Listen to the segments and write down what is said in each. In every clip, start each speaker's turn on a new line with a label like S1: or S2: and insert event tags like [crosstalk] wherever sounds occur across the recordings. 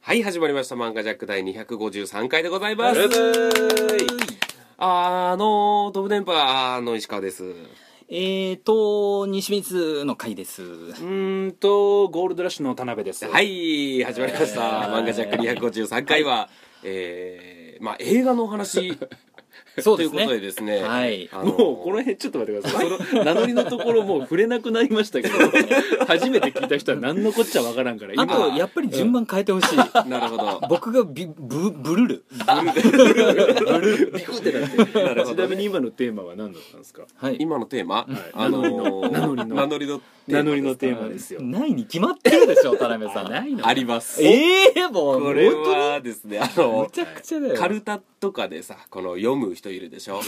S1: はい始まりました「漫画ジャック」第253回でございます
S2: うぜ
S1: あーあのー、飛ぶ電波の石川ですう
S3: えーと、西光の会です。
S2: うーんとゴールドラッシュの田辺です
S1: はい始まりました「漫画ジャック253回は」えー、まあ映画のお話
S3: そう
S1: と
S3: です
S1: いうこ
S3: ね。
S1: とでですね
S3: はい
S1: あの
S2: も
S1: ー
S2: うこの辺ちょっと待ってくださいその名乗りのところもう触れなくなりましたけど
S1: [laughs]
S2: 初めて聞いた人は何のこっちゃわからんから
S3: あ
S2: 今
S3: と、やっぱり順番変えてほしい。
S1: なるほど
S3: 僕がビブブルル。
S2: [laughs]
S1: なるほ
S2: ち
S1: ど
S2: なみに今のテーマは何だったんですか
S3: はい。
S1: 今のテーマ、
S2: い
S1: あのー、
S2: 名乗りの
S1: 名乗りの
S2: 名乗りのテーマですよ
S3: ないに決まってるでしょ、田辺さん。ないの
S1: あります
S3: ええー、もう、
S1: これ
S3: 本
S1: はですねあ
S3: 当に
S1: の
S3: むちゃくちゃだよ。
S1: カルタとかでさこの読む人いるでしょ、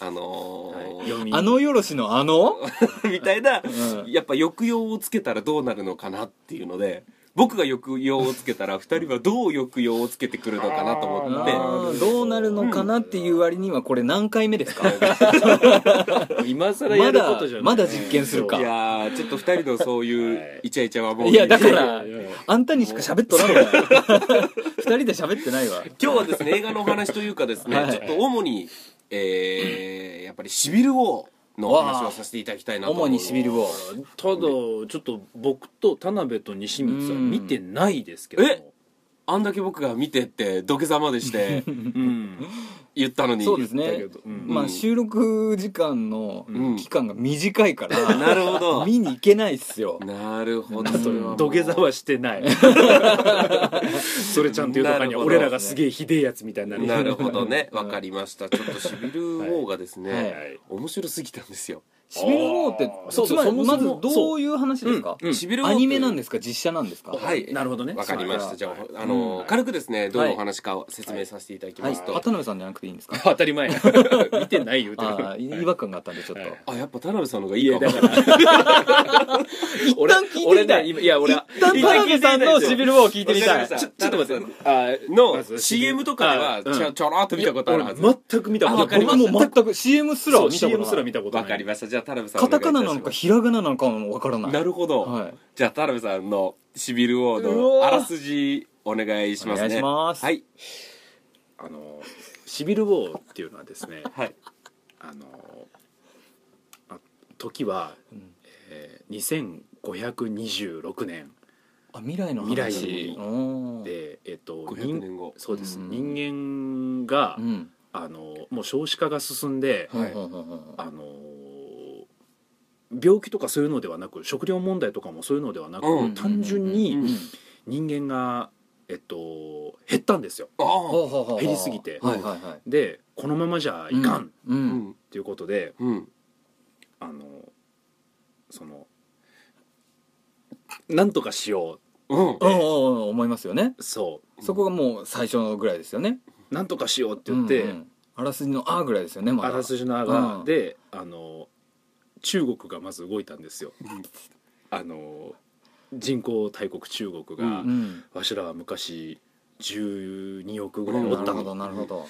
S1: あのー
S2: 読み
S3: あのよろしのあの
S1: [laughs] みたいな、
S3: うん
S1: やっぱ抑揚をつけたらどうなるのかなっていうので僕が抑揚をつけたら2人はどう抑揚をつけてくるのかなと思って
S3: あーどうなるのかなっていう割には、これ何回目ですか
S2: 今更や
S3: ま
S2: るこ
S3: だ
S2: とじゃな、い
S3: まだ実験する
S1: い
S3: か。
S1: やーちょっと2人のそういうイチャイチャはもう
S3: いや、だか
S2: い
S3: ら
S2: やいやいや、
S3: あんたにしか喋っとらんわ。二人で喋ってないわ。
S1: [laughs] 今日はですね映画のお話というかですね、
S3: はい
S1: ちょっと主に、えーやっぱりシビルウォーのお話をさせていただきたいなと思う
S3: 主にシビルウォー。
S2: ただちょっと僕と田辺と西光は見てないですけど
S1: えあんだけ僕が見てって土下座まで
S3: [laughs]
S1: して
S2: うん
S1: 言ったのに
S3: そうです
S2: だ
S3: ね
S2: けど、うん
S3: まあ収録時間の
S1: うん
S3: 期間が短いから、
S1: なる
S3: [laughs]
S1: ほど
S3: 見に行けないっすよ
S1: なるほど
S3: うん
S1: それはもう
S2: 土下座はしてない
S1: [laughs]
S2: それちゃんと言うとか
S1: なる
S2: には
S1: ほど
S2: 俺らがすげえひでえやつみたいになる
S1: なるほ
S3: [laughs]
S1: どねわかりましたちょっとシビルウォーがですね、
S3: はい
S2: はい
S1: 面白すぎたんですよ
S3: シビルウォーって
S2: あーそう
S3: つ
S2: そう
S3: まり
S2: そもそ
S3: まず
S2: も
S3: どういう話ですか、
S1: うんうんシビルウォ
S3: ア
S1: ーという
S3: ニメなんですか実写なんですか
S1: はい
S2: なるほどね
S1: わかりまし
S3: そ
S1: た
S3: う
S1: じゃああのー軽くですねどういうお話かを説明させていただき
S3: は
S1: ま
S3: い
S1: すと、
S3: 渡辺さんじゃなくていいんですか
S2: 当た
S3: [laughs]
S2: り前見てないよ
S3: ああ違和感があったんでちょっと、
S2: はい
S1: あやっぱ田辺さんの方がいいかも
S3: 一旦聞いてみたい
S2: いや俺は
S3: 一旦田辺さんのシビルウォー聞いてみたい
S1: ちょ
S2: ちょっと待って
S1: の CM とかではちょちょろっと見たことあるはず
S2: 俺全く見たこと
S1: あわかりま
S3: 僕
S1: す
S3: も全く CM すら
S2: そう
S3: 見たこと
S2: CM
S3: ない
S2: すら見たことない
S1: わかりましたじゃあ田辺さん
S3: カタカナなのか
S1: お願いいたし
S3: ひらがななのかもわからな
S1: ま
S3: い
S1: すなるほど、
S3: はい
S1: じゃあ田辺さんのシビルウォー
S3: う
S1: の
S3: わ
S1: あらすじお願いしますね
S3: お願いします
S1: はい
S2: あのシビルウォーっていうのはですね
S1: はい
S2: あのあ時は、
S3: ん
S2: えー、2526年
S3: あ未来の
S2: 未
S3: 話
S2: 来
S3: うん
S2: で、えっと
S1: 500年後
S2: そうです、
S3: うん
S2: 人間が、
S3: うん
S2: あのもう少子化が進んで、
S1: はい
S3: うんうんうんうん
S2: あの病気とかそういうのではなく食料問題とかもそういうのではなく、
S1: うん
S2: 単純
S1: うん
S2: に人間が、えっと、減ったんですよ
S1: ああ
S2: 減りすぎて
S3: はいはいはい
S2: でこのままじゃいかんっ
S3: う
S1: うんん
S2: ていうことで、
S1: うん
S2: あのそのなんとかしよ
S1: うん
S3: うんうんうん思いますよね
S2: うそ
S3: そこがもう最初のぐらいですよね
S2: うなんとかしようって言って、
S3: うんうんあらすじの「あ」ぐらいですよねま
S2: あ
S3: だ
S2: らすじのあが、
S3: うん
S2: であの中国がまず動いたんですよ。あの人口大国中国が、
S1: う
S3: うん
S2: わしらは昔12億ぐらいお
S3: な
S2: っ
S3: る
S2: た
S3: ほ
S2: の、
S3: どなるほど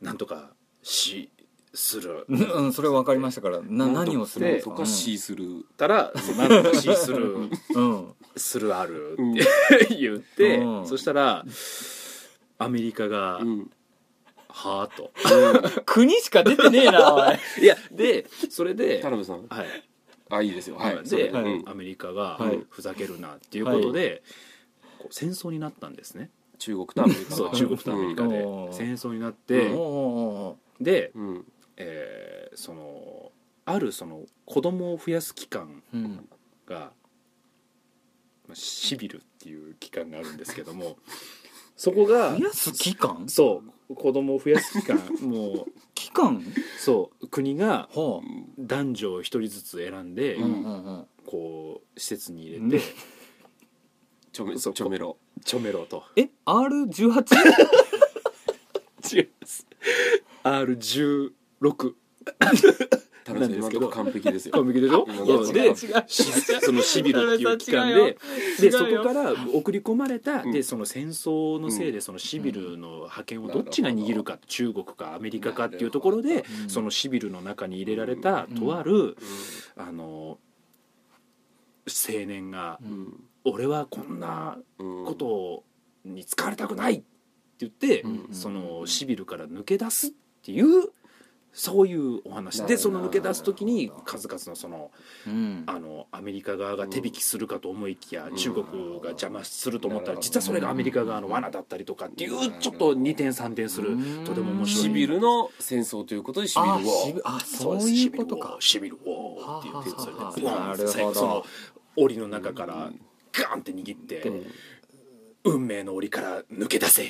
S2: なんとかしする
S3: うんそれ分かりましたからな何をするんです
S1: そ
S3: か
S1: こは C する
S2: たらそうなんとかしする
S3: うんうん
S2: するある
S1: うん
S2: [laughs] って言って、
S3: うん
S2: そしたらアメリカが、
S1: うん
S2: はあと
S3: 国しか出てねえなおい
S2: いやでそれで
S1: 田、辺さん
S2: はい、
S1: あいいですよはい
S2: で、
S1: そううん
S2: アメリカが、
S3: はい
S2: ふざけるなっていうことで、こう戦争になったんですね
S1: 中国とアメリカ
S2: そう中国とアメリカで
S3: うん
S2: 戦争になっ
S3: お
S2: て、
S3: うおうおう
S2: で、
S1: うん
S2: えーそのあるその子供を増やす期間
S3: うん
S2: が、まあ、シビルっていう期間があるんですけどもそこが
S3: 増やす期間
S2: そう子供を増やす期間もう
S3: 期間
S2: そう国が
S3: は
S2: 男女を一人ずつ選んで、
S3: あうんうんうん
S2: こう施設に入れて、
S1: ちょめ
S2: そう
S1: ちょめろ
S2: ちょめろと
S3: え R18?
S2: 違います R16
S1: 田辺さん
S2: なんで
S1: 今の
S2: すけ
S1: と
S2: ど
S1: こ完璧ですよ
S2: 完璧でしょ
S1: いや違う
S2: で
S1: 違う
S2: しそのシビルっていう期間で
S3: 違う
S2: で
S3: よ
S2: そこから送り込まれた、
S1: うん
S2: でその戦争のせいでそのシビルの覇権をどっちが握るか、中国かアメリカかっていうところ
S1: なる
S2: で
S3: ほどうん
S2: そのシビルの中に入れられた
S3: うん
S2: とある、あの青年が
S1: うん
S2: 「俺はこんな
S1: うん
S2: ことをに使われたくないって言って、
S1: うん
S2: そのシビルから抜け出すっていうそういうお話で
S3: なるほど
S2: その抜け出す時に数々のその
S3: うん
S2: あのアメリカ側が手引きするかと思いきや、
S1: うん
S2: 中国が邪魔すると思っ
S3: な
S2: た
S3: るほど
S2: ら実はそれがアメリカ側の罠だったりとかっていう
S3: なるほど
S2: ちょっと2点3点する
S3: うん
S2: とても面白い
S1: シビルの戦争ということでシビル
S3: あシビ
S1: を
S3: あそういうことか
S2: シビルをって言ってそれでボーンって
S3: はあはあはあ
S2: 最後その檻の中からガンって握って、運命の檻から抜け出せっ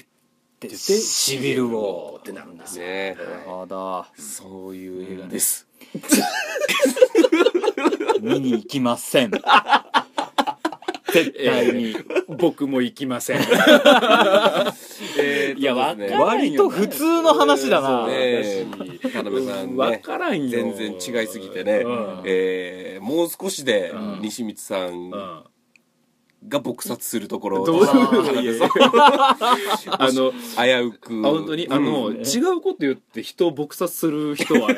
S3: で
S2: て言って
S3: シビルを
S2: ってなるんですよ、
S1: ね
S3: なるほど
S1: そういう映画です、
S3: 見に行きませ
S1: [laughs]
S3: ん絶対に、
S2: 僕も行きません
S1: えーと
S2: いやわかん
S1: です
S2: ない
S3: 割
S1: ね
S3: と普通の話だな、
S1: えー田辺さんね
S2: わからんよ
S1: 全然違いすぎてね、
S2: うん
S1: えーもう少しで
S2: うん
S1: 西光さん
S2: うん
S1: が撲殺するところ
S2: ど
S1: を
S2: ういう [laughs] あの
S1: 危うく
S2: あ本当にあの、
S1: うん
S2: 違うこと言って人を撲殺する人
S3: [laughs]
S2: は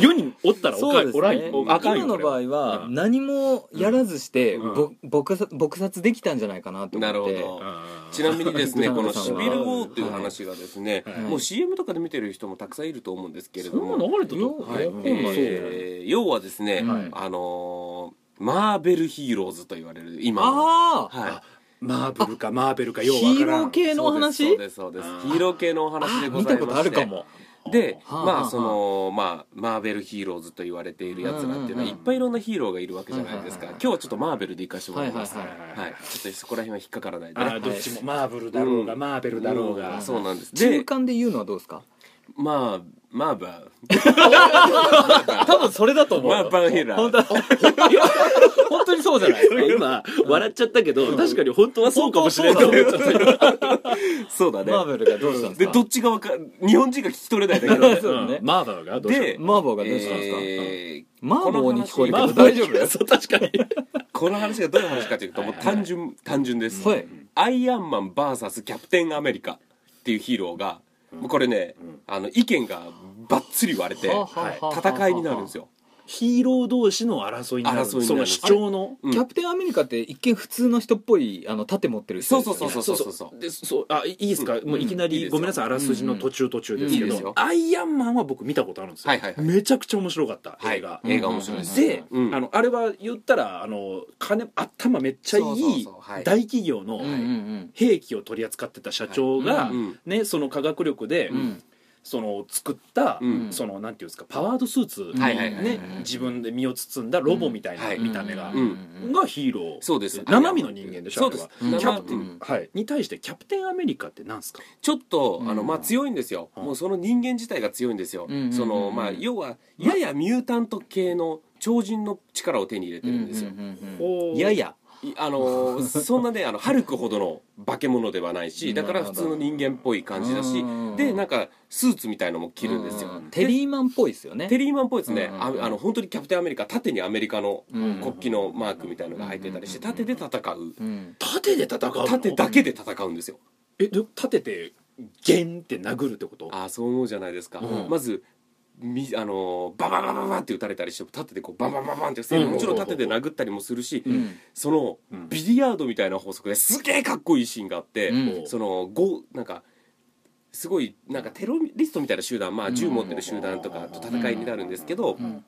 S2: 世におったらお
S3: そ
S2: か
S3: うです
S2: おらん
S3: ね
S2: よおあかんよ
S3: 今の
S2: これは
S3: 場合は
S2: うん
S3: 何もやらずして
S2: うん
S3: ぼ撲殺撲殺できたんじゃないかなと思って
S1: なるほど
S2: う
S1: [laughs]
S2: ん
S1: ちなみにです
S3: [laughs]
S1: ね
S3: うん
S1: このシビル王っていう話がですね、
S2: はい
S1: もう CM とかで見てる人もたくさんいると思うんですけれ
S2: そ
S1: ども
S2: んな流れてた
S3: よ
S2: はい
S3: よく
S2: え
S3: ない
S2: え
S1: えー要はですね、
S2: はい
S1: あのーマーベルヒーローズと言われる今の
S3: ああ
S1: は
S2: [laughs] マーブルかマーベルか
S3: ヒ
S2: ようわか
S3: ー
S2: ら
S3: ロー
S2: ん
S1: い
S3: 系のお話
S1: そうですそうです
S2: あ
S1: そうです
S2: ー
S1: ヒーロー系のお話で
S3: あ
S1: ご
S3: 見
S1: ざいまして
S3: たことあるかも
S1: で、
S3: はあはあ
S1: まあそのまあマーベルヒーローズと言われているやつらってい
S3: う
S1: う
S3: ん
S1: の
S3: うんう
S1: は
S3: ん
S1: いっぱいいろんなヒーローがいるわけじゃないで
S3: はい
S1: すか、
S3: はいはい
S1: 今日はちょっとマーベルで行かしてもらいます、
S3: は
S1: はいい
S3: はい
S2: はい
S1: ちょっとそこら辺は引っかからないで
S2: あ
S1: ね
S2: ーどっちもマーブルだろうが、
S1: うん
S2: マーベルだろうが、
S1: んそうなんです
S3: 中
S1: で
S3: 間で言うのはどうですか
S1: まあマーバ
S3: 多分それだと
S1: ーマーバーヘラ
S3: 本
S1: ー
S3: 当いや本当にそうじゃない
S2: [laughs] 今笑っちゃったけど、確かに本当はそうかもしれないと思っちゃった
S1: そうだね
S3: マーベルがどうしたんです
S1: で
S3: か
S1: どっちがわか日本人が聞き取れないんだけどね
S3: [laughs] そうだね
S2: うんマーバルがどうしたの
S1: で
S3: マーボーがどうしたんですか、
S1: えー
S3: マーボーに聞こえて
S1: こ
S2: マ
S1: の
S3: る
S2: ーバル
S3: 大丈夫
S2: [laughs] そう確かに
S1: この話がどういう話かというともう単純単純です、
S3: はい
S1: アイアンマン VS キャプテンアメリカっていうヒーローが、もうこれね、
S2: ん
S1: あの意見がばっつり割れて戦いになるんです
S3: よ
S1: よ
S2: ヒーロー同士の争いになる
S1: 争いになる
S2: その主張の
S1: うん
S3: キャプテンアメリカって一見普通の人っぽいあの盾持ってる人ですよね
S1: そうそうそうそう
S2: でそうあいいですか、
S1: うん
S2: もういきな
S1: うんいい
S2: り、
S1: ですよ
S2: ごめんなさいあらすじの途中途中ですけ
S1: うんいい
S2: ど、
S1: ですよ
S2: アイアンマンは僕見たことあるんですよ、
S1: はいはいはい
S2: めちゃくちゃ面白かった映画、
S1: はい、映画面白いです
S2: で、
S1: うん
S2: あのあれは言ったらあの金頭めっちゃい
S1: そうそう
S2: い
S1: そうはい
S2: 大企業の
S3: うんうん
S2: 兵器を取り扱ってた社長が、
S3: はい
S1: うん
S2: ね、その科学力で、
S3: うん
S2: その作った、
S1: うん
S2: そのなんていうんですかパワードスーツ、
S1: はいはいはい
S2: ね、自分で身を包んだロボみたいな
S1: はい
S2: 見た目が、
S1: うん
S2: がヒーロー
S1: そうです
S2: 生身の人間でしょ
S1: そうです
S2: あれは
S3: うん
S2: キャプテン、
S1: うん
S2: はい、に対してキャプテンアメリカってなんですか
S1: ちょっとあの、
S3: うん
S1: まあ、強いんですよ、
S2: うん
S1: もうその人間自体が強いんですよ、
S3: うん
S1: そ
S3: うんうんう
S1: の
S3: ん
S1: まあ要はややミュータント系の超人の力を手に入れてるんですよ、
S2: おー
S3: いやいや
S1: いあのー [laughs] そんなねあのハルクほどの化け物ではないしだから普通の人間っぽい感じだし
S3: うん
S1: でなんかスーツみたいのも着るんですよ
S3: うテリーマンっぽいですよね
S1: テリーマンっぽいです
S3: う
S1: ね、
S3: んうんうん
S1: ああの本当にキャプテンアメリカ縦にアメリカの
S3: うん
S1: 国旗のマークみたいのが入ってたりして
S3: うんうん
S1: 縦で戦う
S3: うん
S2: 盾で戦うの
S1: 縦だけで戦うんですよ
S2: えで盾でゲンって殴るってこと
S1: ああそう思うじゃないですか、
S2: うん
S1: まずみあのーバババババンって撃たれたりしても縦でこうババババンって
S2: うん
S1: もちろん縦で殴ったりもするし、
S3: うん
S1: その
S2: うん
S1: ビリヤードみたいな法則ですげえかっこいいシーンがあって、
S3: うん
S1: そのごなんかすごいなんかテロリストみたいな集団、まあ、銃持ってる集団とかと戦いになるんですけど、
S3: うん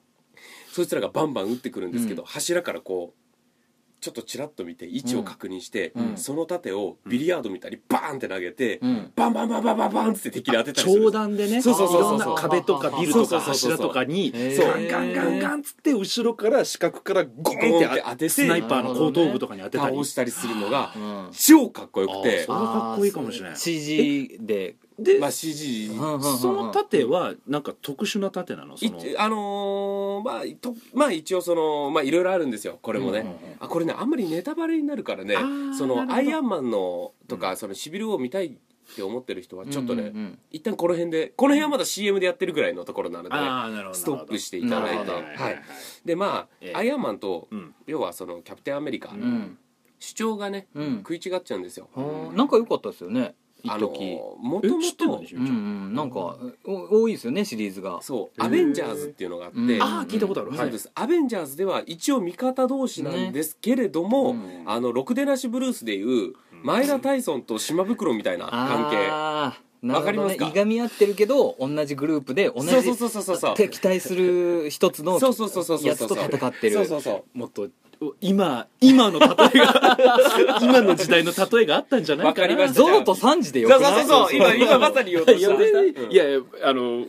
S1: そいつらがバンバン撃ってくるんですけど、
S3: う
S1: 柱からこうちょっとちらっと見て位置を確認して、
S3: うん
S1: その盾をビリヤードみたいにバーンって投げて、
S3: うん
S1: バンバンバンバンバンバンって敵に当てたりする
S2: 長弾でね
S1: そうそうそうそう
S2: いろんな壁とかビルと
S1: そう
S2: か
S1: そうそうそう
S2: 柱とかに
S3: へ
S1: ー
S2: ガンガンガンガンつって後ろから四角からゴン
S1: ゴンっ
S2: っ
S1: てて当
S2: 当
S1: て
S2: て
S1: て
S2: スナイパーの後頭部とかに当てたり
S1: 倒したりするのが
S3: うん
S1: 超かっこよくて
S2: あーそれはかっこいいかもしれない
S3: あー CG で
S2: で、
S1: まあ CG
S2: そ
S3: そ
S2: の盾はなんか特殊な盾なのその
S1: いあのーまあとまあ一応そのまあいろいろあるんですよこれもね、
S2: うんうんうん
S1: あこれねあんまりネタバレになるからね
S2: あー
S1: そ
S2: なるほ
S1: の
S2: ど
S1: アイアンマンのとか、そのシビルを見たいって思ってる人はちょっとね、一旦この辺でこの辺はまだ CM でやってるぐらいのところなので、
S2: あーなるほど
S1: ストップしていただいて
S2: なるほど
S1: はいでまあ、
S2: ええ
S1: アイアンマンと、
S2: うん
S1: 要はそのキャプテンアメリカ、
S3: うん
S1: 主張がね、
S3: うん
S1: 食い違っちゃうんですよ。
S3: うんなんか良かったですよね一
S1: あの
S3: 時
S1: も
S2: え
S1: とも
S2: 知ってんの
S1: と
S2: 西
S3: うんう
S2: 口ちゃん
S3: んなんかお多いですよねシリーズが
S1: そう
S2: へー
S1: アベンジャーズっていうのがあって、
S3: うん
S2: ああ聞いたことある、
S1: そ
S2: は
S1: う
S2: い
S1: です、アベンジャーズでは一応味方同士なんですけれども、
S3: ねうん
S1: あのろくでなしブルースでいう、前田大孫と島袋みたいな関係
S3: あーなるほどね
S1: わかりますか
S3: いがみ合ってるけど同じグループで同じ
S1: そうそうそうそうそう
S3: [laughs] 敵対する一つの
S1: そうそうそうそうそう
S3: やつと戦ってる
S1: そうそうそ
S2: もっとお今今の例え [laughs] が今の時代の例えがあったんじゃないかな
S1: わかりました
S3: ゾロとサンジでよ
S1: うそ
S3: く
S1: う
S3: な
S1: そ
S3: いう
S1: そう今今まさに言おうと
S2: い
S1: し
S3: [laughs]
S2: や
S1: た
S2: 別に
S1: うん
S2: いやいやあの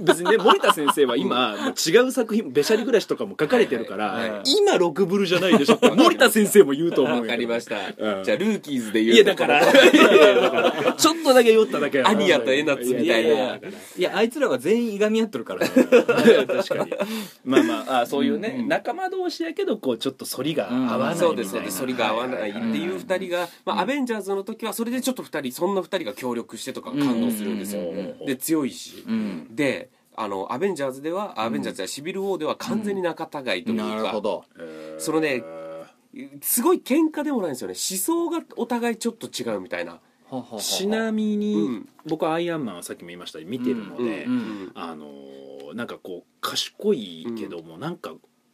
S2: 別にね森田先生は今もう違う作品「べしゃり暮らし」とかも書かれてるから、
S1: はいはい
S2: 今ロクブルじゃないでしょって森田先生も言うと思う
S1: わかりました
S2: うん
S1: じゃあルーキーズで言
S2: いうや
S1: い
S2: だからいやいやだからちょっとだけ酔っただけだから
S1: アニヤとエナツみたいない
S2: ややや
S3: いやあいつらは全員いがみ合ってるからね
S2: 確かにまあまああそういうね、
S1: うんうん
S2: 仲間同士やけどこうちょっと反りが合わないみたいな、
S1: そうですそうですそれが合わないっていう二人が、ま
S3: うん
S1: あ、アベンジャーズの時はそれでちょっと二人そんな二人が協力してとか感動するんですよ、
S3: うんうんうん
S2: うん
S1: で強い
S3: [laughs]
S1: し、
S3: うん
S1: であのアベンジャーズではアベンジャーズやシビル・ウォーでは完全に仲違いというか、
S3: なるほど
S1: そのねすごい喧嘩でもないんですよね思想がお互いちょっと違うみたいな、
S3: ほうほうほう
S2: ちなみに、
S1: うん
S2: 僕はアイアンマンはさっきも言いましたように見てるので、
S1: うんうん
S2: あのーなんかこう賢いけども、なんか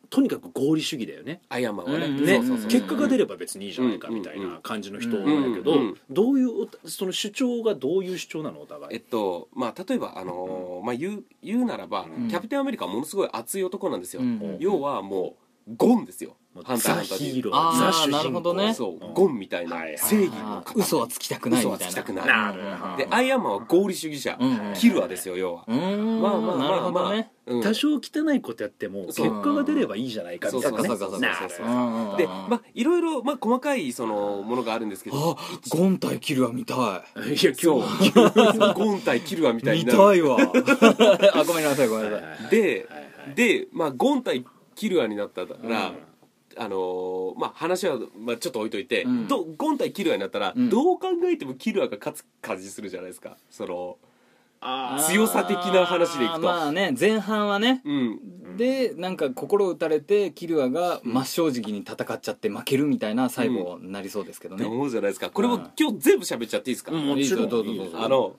S2: とにかく合理主義だよね
S1: アイアンマンはね,、
S3: うん
S2: ね
S1: そうそうそう
S2: 結果が出れば別にいいじゃないかみたい
S1: うんうん
S2: な
S1: うん
S2: 感じの人なんだけど、
S1: うんうん
S2: どういうおその主張がどういう主張なのお互
S1: え
S2: い
S1: っとまあ例えばあのーまあ言う言うならば、
S2: うん
S1: キャプテンアメリカはものすごい熱い男なんですよ、
S3: うん
S1: 要はもうゴンですよ
S2: もう
S1: ハンター
S2: ザ・
S1: ハンターで言
S2: ヒ
S1: う
S2: ーロ
S3: あ
S2: ー
S3: ー
S2: ザ・主人公
S3: なるほどね
S1: そう、
S2: うん
S1: ゴンみたいな、
S2: はいはい
S1: 正義の
S3: あー
S1: 塊
S3: 嘘はつきたくないみたいな
S1: 嘘はつきたくない
S2: なる
S3: うん
S2: ほ
S1: でアイアンマンは合理主義者、
S3: うん
S1: キルアですよ要は、
S3: うん
S1: まあまあま
S3: なる
S1: あ
S3: ほ
S1: ま
S3: ど
S1: あ、
S3: ね
S1: うん
S2: 多少汚いことやっても結
S1: そう
S2: 果が出ればいいじゃないかみたいなね
S1: そうそうそうそう
S2: なる
S1: そうそうそ
S2: ほど
S1: う
S3: うんうんうん
S1: でまあいろいろ、まあ、細かいそのものがあるんですけ
S3: あ
S1: ど
S3: ゴン対キルは見た
S2: いや今日
S1: そうゴン対キルアみた
S3: い
S1: い
S3: 見
S1: に
S3: た
S1: なる
S3: いわ [laughs] あごめんなさいごめんなさい
S1: で
S2: はいはい
S1: で、まあ、ゴン対キルアになったら、
S2: うん
S1: あのーまあ、話は、まあ、ちょっと置いといて、
S3: うん
S1: どゴン対キルアになったら、
S3: うん
S1: どう考えてもキルアが勝つ感じするじゃないですかその、
S2: あ
S1: 強さ的な話でいくと
S3: あーまあね前半はね
S1: うん、
S3: でなんか心打たれてキルアが真っ正直に戦っちゃって負けるみたいな最後になりそうですけど
S1: って
S3: ね、
S1: 思うじゃないですかこれ
S3: う
S1: も
S3: ん
S1: 今日全部喋っちゃっていいですか、
S2: ーもちろん
S3: いいぞどうぞどうぞ
S1: あの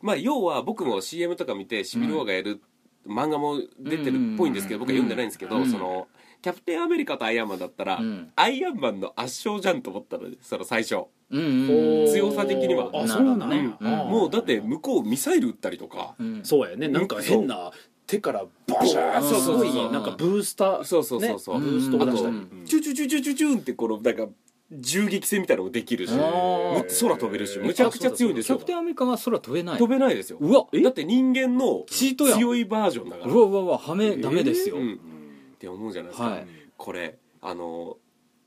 S1: まあ、要は僕も CM とか見てシビル・ウォーがやる漫画も出てるっぽいんですけど、
S3: うん
S1: 僕は読んでないんですけど、
S3: うん
S1: そのキャプテンアメリカとアイアンマンだったら、
S3: うん
S1: アイアンマンの圧勝じゃんと思ったのでその最初
S3: うんうんうん
S1: 強さ的には
S2: あそうなんや
S3: うん
S1: もうだって向こうミサイル撃ったりとか、
S3: うん
S2: そうやねなんか変な手からバシャーン
S1: そう
S2: す
S1: そうそ
S2: ご
S1: う
S2: いなんかブースター
S1: そうそうそうそう
S2: ねブースト
S1: あ
S2: を出
S1: と、
S2: したり
S3: う
S2: うん
S1: チュチュチュチュチュチュンってこのなんか銃撃戦みたいなのもできるし
S3: あ
S1: む
S3: ー
S1: 空飛べるしむちゃくちゃ強いんです
S3: キャ
S1: よ
S3: プテンアメリカは空飛べない
S1: 飛べないですよ
S3: うわえ
S1: だって人間の
S3: チートやん
S1: 強いバージョンだから
S3: うわうわうわはめダメですよ、
S1: うんっ
S2: うん
S1: て思うじゃないですか、
S3: はい、
S1: これあの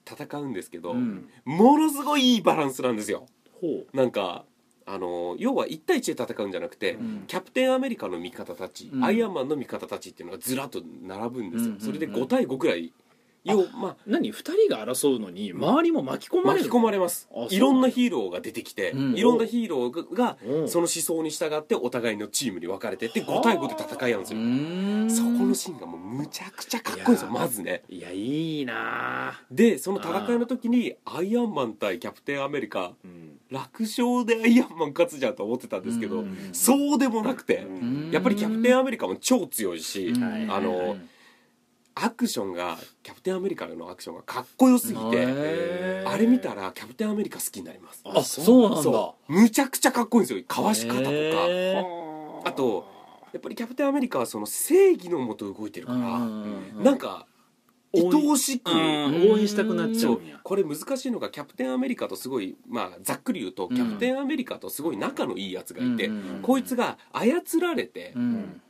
S1: 戦うんですけど、
S3: うん
S1: ものすごいいいバランスなんですよ
S2: ほ
S1: なんかあの要は1対1で戦うんじゃなくて、
S3: うん
S1: キャプテンアメリカの味方たち、
S3: うん
S1: アイアンマンの味方たちっていうのがずらっと並ぶんですよ、
S3: うんうんうん
S1: それで5対5くらい要ま
S2: う何二人が争うのに周りも巻き
S1: あ
S2: 込まれ
S1: 巻
S2: る
S1: き込まれます
S2: あそう
S1: いろんなヒーローが出てきて、
S3: うん
S1: いろんなヒーローが
S2: うん
S1: その思想に従ってお互いのチームに分かれてって
S2: は
S1: 5
S2: あ
S1: 対5で戦い合うんです
S3: う
S1: よ、
S3: ーん
S1: そこのシーンがもうむちゃくちゃかっこいいんですよ
S2: いやー
S1: まずね
S2: いやいいな
S1: でその戦いの時にアイアンマン対キャプテンアメリカ
S2: ぁうん
S1: 楽勝でアイアンマン勝つじゃんと思ってたんですけ
S3: う
S1: ど、
S3: んうん
S2: うん
S1: そうでもなくて、
S3: ん
S1: やっぱりキャプテンアメリカも超強いし、
S3: うん
S2: はい
S1: あのアクションがキャプテンアメリカのアクションがかっこよすぎて
S3: へー
S1: あれ見たらキャプテンアメリカ好きになります
S3: あそうなんだ
S1: そうむちゃくちゃかっこいいんですよかわし方とか、
S3: へー
S2: は
S1: あとやっぱりキャプテンアメリカはその正義のもと動いてるから、
S3: うんうんうん
S1: なんか愛おしく、
S2: うん応援したくなっちゃ
S1: そう
S2: うんや
S1: これ難しいのがキャプテンアメリカとすごい、まあ、ざっくり言うと、
S3: うん
S1: キャプテンアメリカとすごい仲のいいやつがいて、
S3: うんうんうん
S1: こいつが操られて、
S3: うん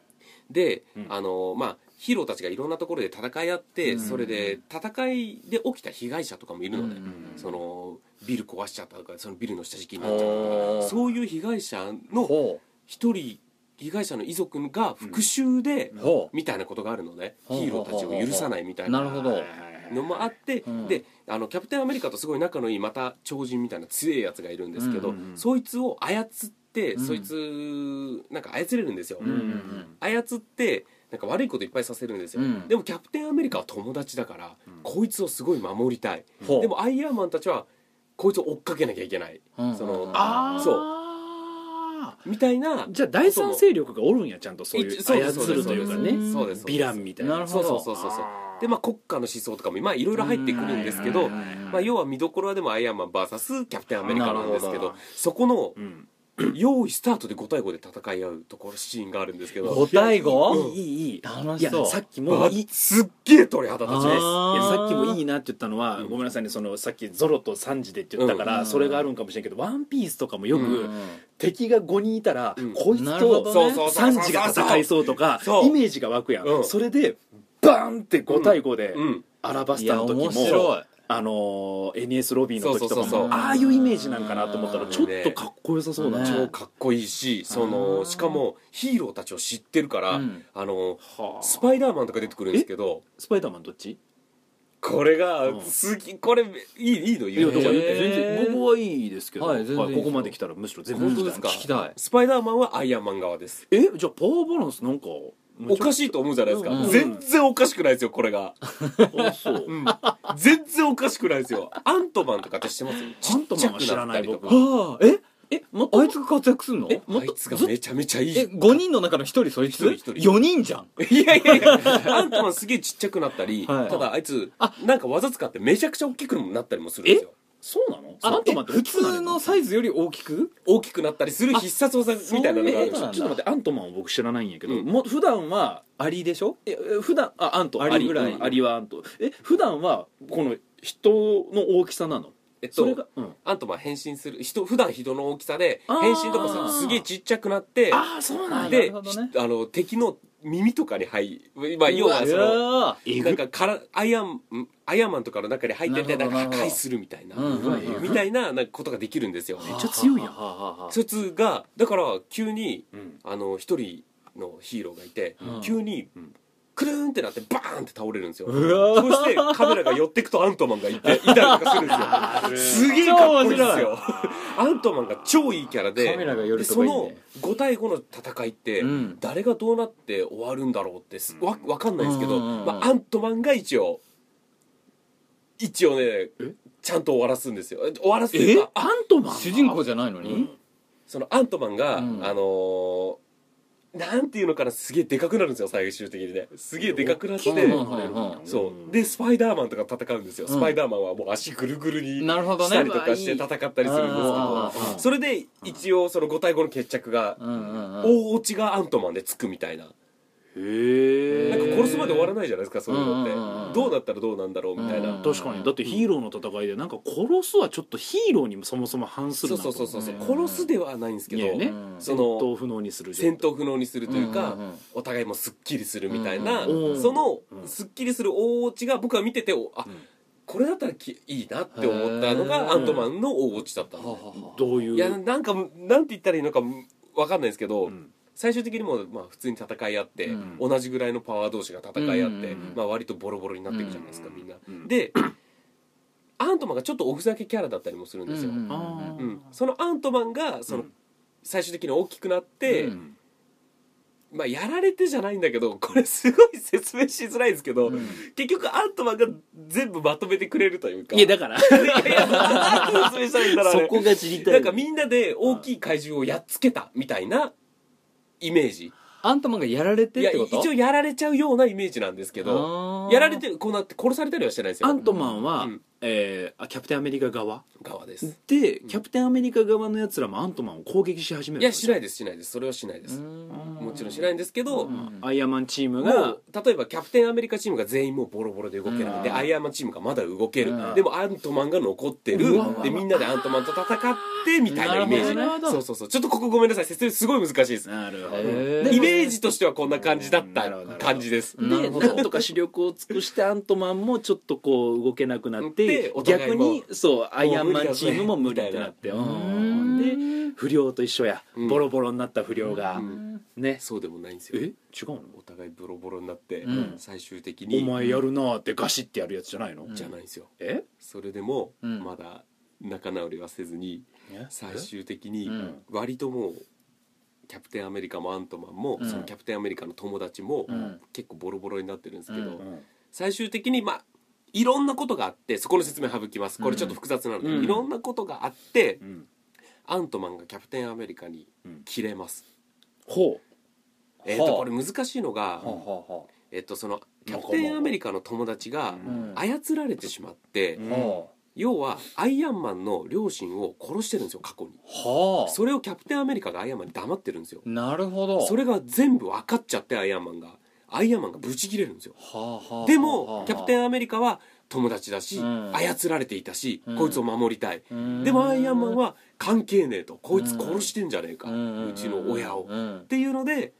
S1: で、
S2: うん
S1: あのまあヒーローたちがいろんなところで戦い合って、
S3: うん
S1: それで戦いで起きた被害者とかもいるので、
S3: うん
S1: そのビル壊しちゃったとかそのビルの下敷きになっちゃったと
S3: おー
S1: かそういう被害者の
S3: ほ
S1: 一人被害者の遺族が復讐で、
S3: うほう
S1: みたいなことがあるので、
S3: ほう
S1: ヒーローたちを許さないみたいな
S3: なるほど
S1: のもあって、
S3: うん
S1: であのキャプテンアメリカとすごい仲のいいまた超人みたいな強いやつがいるんですけど、
S3: うん
S2: うんうん
S1: そいつを操って、
S3: うん
S1: そいつなんか操れるんですよ、
S2: うんうん
S1: 操ってなんか悪いこといっぱいさせるんですよ、
S3: うん
S1: でもキャプテンアメリカは友達だから、
S2: ん
S1: こいつをすごい守りたい、
S3: ほう
S1: でもアイアンマンたちはこいつを追っかけなきゃいけない、
S3: うん
S1: その
S2: ああ
S1: そう
S2: う
S1: みたいな
S2: じゃあ第三勢力がおるんやちゃんとそういう
S1: そうです
S2: 操るというかね
S1: そうですそうです
S2: ヴィランみたい
S3: な
S2: な
S3: るほ
S1: そう
S3: ど
S1: そうそうそうそうで、まあ、国家の思想とかもまあいろいろ入ってくるんですけど、
S3: うんはいはいはい
S1: まあ、要は見どころはでもアイアンマン VS キャプテンアメリカなんですけ
S2: なる
S1: ど
S2: ほど
S1: そこの
S2: うん
S1: 用意スタートで5対5で戦い合うところシーンがあるんですけど
S3: 五対五
S2: いいいいいい
S3: 楽
S2: い
S3: し
S2: や
S3: そう
S2: さっきも
S1: ば
S2: いい
S1: すっげえ鳥肌立ちます
S2: いや
S3: あー
S2: さっきもいいなって言ったのは、
S1: うん
S2: ごめんなさいねそのさっきゾロとサンジでって言ったから、
S3: うん
S2: それがあるんかもしれんけど「ワンピースとかもよく、
S1: うん
S2: 敵が5人いたら、
S1: うん
S2: こい
S3: な
S2: つ
S3: るほ
S2: と
S3: ど
S1: そうそうそう
S2: サンジが戦いそうとか
S1: そう
S2: イメージが湧くやん、
S1: うん
S2: それでバーンって5対5で、
S1: うん
S2: アラバ
S3: い
S2: スタ
S3: や
S2: の時も
S3: 面白い
S2: あのー NS ロビーの時とかも
S1: そうそうそうそう
S2: ああいうイメージなんかなと思ったら
S3: うん
S2: ちょっとかっこよさそうだな、
S3: ね
S1: 超かっこいいしそ
S3: あ
S1: の
S3: ー
S1: しかもヒーローたちを知ってるから、
S3: うん
S1: あの
S2: はあ
S1: スパイダーマンとか出てくるんですけど
S2: スパイダーマンどっち
S1: これが
S2: うん
S1: 好きこれいいいいの言う
S3: いや
S1: の
S3: どうぞ
S2: 全然僕はいいですけど、
S3: はい全然いいですよ
S2: ここまで来たらむしろ全部
S3: 本当で
S1: 本当ですす
S3: か
S1: か
S3: 聞きたい
S1: スパイダーマンはアイアンマン側です
S2: えじゃあパワーバランスなんか
S1: おか
S2: し
S1: しいと思うじゃないですか、
S3: うん
S1: 全然おかしくないですよこれが、
S2: いそう
S1: うん、全然おかしくないですよアントマンとかって知ってます
S2: アントマンは知らない
S1: ちっちゃく
S2: 僕
S1: ったりとか
S3: はあえ
S2: えもっ
S3: あいつが活躍すんの
S2: えもっ
S1: あ
S2: と
S1: いつがめちゃめちゃいい
S3: え五人の中の一人そいつ
S1: 一人一人
S3: 四人じゃん
S1: いやいやいやアントマンすげえちっちゃくなったり、
S3: はい
S1: ただあいつなんか技使ってめちゃくちゃ大きくなったりもするんですよ
S2: そうなの
S3: あ
S2: アントマンって
S3: え普通のサイズより大きく
S1: 大きくなったりする必殺技みたいなのがあるんです
S3: そういう
S1: よ
S3: こ
S2: ちょっと待ってアントマンは僕知らないんやけど、
S1: うん
S2: も普段は
S3: アリでしょ
S2: え普段あアント
S3: アリぐらい
S2: うんアリはアントえ普段はこの人の大きさなの
S1: えっ
S2: それ
S1: と
S2: が、うん、
S1: アントマン変身する人普段人の大きさで
S2: あー
S1: 変身とかするとすげえちっちゃくなって
S2: ああそうなんだ
S1: で、
S3: なるほどね
S1: ひあの敵の耳とかに入るまあ要はその
S3: の
S1: なんかからアイアンんアイアンマンとかの中に入ってて
S3: な
S1: な
S3: る
S1: ん
S3: ほど
S1: か破
S3: なるほど
S1: 壊するみたいな、
S3: うんうんうん
S1: みたいななんかことができるんですよ、
S2: めっちゃ強いやん
S3: ん
S1: そいつがだから急に
S2: うん
S1: あの一人のヒーローがいて、
S3: うん
S1: 急に
S2: うん
S1: クルーンってなってバーンって倒れるんですよ
S3: うわ
S1: そしてカメラが寄ってくとアントマンがいていたりとかするんですよすげえかっこいいです
S3: 超
S1: よアントマンが超いいキャラで
S3: カメラが寄る
S1: で
S3: と
S1: そ
S3: こいい
S1: の
S3: ね
S1: 5対5の戦いって、
S3: うん
S1: 誰がどうなって終わるんだろうってすわわかんないですけど、
S3: うんうんうん
S1: まあ、アントマンが一応一応ね
S2: え
S1: ちゃんと終わらすんですよえ終わらすとい
S2: え
S1: うか
S2: アントマン
S3: 主人公じゃないの
S2: ゃ
S3: に
S1: そのアントマンが、
S3: うん
S1: あのーなんていうのかなすげえでかくなるんですよ最終的にねすげえでかくなって、
S3: うんうんうんうん
S1: そうでスパイダーマンとか戦うんですよ、
S3: うん
S1: スパイダーマンはもう足ぐるぐるに
S3: なるほどね
S1: したりとかして戦ったりするんですけ
S3: あ
S1: ど
S3: ー
S1: それで一応その5対5の決着が、
S3: うんうんうん
S1: 大落ちがアントマンでつくみたいな
S2: へえ
S1: なんか殺すまで終わらないじゃないですかそういうのって、
S3: うんうんうんうん
S1: どうなったらどうなんだろうみたいな、
S3: うん
S2: 確かにだってヒーローの戦いでなんか殺すはちょっとヒーローにもそもそも反す
S1: そ
S2: る
S1: う
S2: なと
S1: そうそうそう、
S2: 思ね
S1: 殺すではないんですけど、
S2: いやね
S1: そ
S2: 戦闘
S1: の
S2: 不能にする状態
S1: 戦闘不能にするという
S3: う
S1: か、
S3: んうんうん
S1: お互いもすっきりするみたいな、
S2: うんうん
S1: その
S2: うん
S1: すっきりする大落ちが僕は見てておあ、
S2: うん
S1: これだったらきいいなって思った
S3: へ
S1: の
S3: ー
S1: がアントマンの大落ちだったんで
S3: ははは
S2: どういう
S1: いやなんかなんて言ったらいいのかわかんないですけど、
S2: うん
S1: 最終的にもうまあ普通に戦い合って、
S3: うん
S1: 同じぐらいのパワー同士が戦い合って、
S3: うんうんうん
S1: まあ、割とボロボロになっていくじゃないですか、
S2: うん
S1: みんな、
S2: うん
S1: でアントマンがちょっとおふざけキャラだったりもするんですよ、
S3: うんうん
S2: あー
S1: うんそのアントマンがその、
S2: うん
S1: 最終的に大きくなって、
S3: うん
S1: まあ、やられてじゃないんだけどこれすごい説明しづらいですけど、
S3: うん
S1: 結局アントマンが全部まとめてくれるというか
S2: いやだから
S1: いやいやなんて説明したらいいんだろうあれ
S2: が知り
S1: なんかみんなで大きい怪獣をやっつけたみたいなイメージ
S3: アントマンがやられて
S1: い
S3: っ
S1: や
S3: てこと
S1: 一応やられちゃうようなイメージなんですけど
S3: 応
S1: やられてこうなって殺されたりはしてないですよ
S2: アントマンは、
S1: うん
S2: えーあキャプテンアメリカ側
S1: 側です
S2: でキャプテンアメリカ側のやつらもアントマンを攻撃し始める
S1: いやしないいですしないですそれはしないで
S3: う
S1: す
S3: ん
S1: もちろんしないんですけど、
S3: うん
S2: アイアンマンチーム
S1: も
S2: が
S1: う例えばキャプテンアメリカチームが全員もうボロボロで動けなくて、
S3: うん
S1: アイアンマンチームがまだ動ける、
S3: うん
S1: でもアントマンが残ってる、
S3: うわうわ
S1: でみんなでアントマンと戦ってみたいなイメージ
S2: なるほど
S1: そうそうそうちょっとここごめんなさい説明すごい難しいです
S2: なるほ
S3: へ
S2: ど
S3: ー
S2: で
S1: イメージとしてはこんな感じだっ
S2: な
S1: た
S2: るほどなるほど
S1: 感じです
S3: なる
S2: で
S3: ほど
S2: なんとか主力を尽くしてアントマンもちょっとこう動けなくなって
S1: でお互
S2: 逆
S1: いも
S2: にそうアイアンマンチームも無理ってなってうんで不良と一緒や
S1: うん
S2: ボロボロになった不良
S1: う
S2: が
S1: ん
S2: ね
S1: そうでもないんですよ
S2: え違うの
S1: お互いボロボロになって、
S3: うん
S1: 最終的
S2: お
S1: に
S2: 前やるなーってガシってやるやつじゃないの
S3: ん
S1: じゃないんですよ
S2: え
S1: それでも
S3: うん
S1: まだ仲直りはせずに最終的に
S3: うん
S1: 割ともうキャプテンアメリカもアントマンも、
S3: うん
S1: そのキャプテンアメリカの友達も
S3: うん
S1: 結構ボロボロになってるんですけど、
S3: う
S2: うん
S1: 最終的にまあいろんなことがあってそこの説明省きますこれちょっと複雑なので、
S2: うん
S1: いろんなことがあって
S2: うん
S1: アントマンがキャプテンアメリカに
S2: うん
S1: 切れます、
S2: ほう
S1: えっ、と
S3: はあ
S1: これ難しいのが、
S3: ははは
S1: えっとそのキャプテンアメリカの友達が
S3: うん
S1: 操られてしまって、
S2: うん
S3: は
S1: 要はアイアンマンの両親を殺してるんですよ過去に
S3: あは
S1: それをキャプテンアメリカがアイアンマンに黙ってるんですよ
S3: あなるほど
S1: それが全部分かっちゃってアイアンマンがアイアンマンがブチ切れるんですよ
S3: はあはあはあ
S1: でもキャプテ
S3: ン
S1: ンアメリカは友達だし、
S3: うん
S1: 操られていたし、
S3: うん
S1: こいつを守りたいでもアイアンマンは関係ねえとこいつ殺してんじゃねえか、うちの親を、っ
S3: うん
S1: ていうので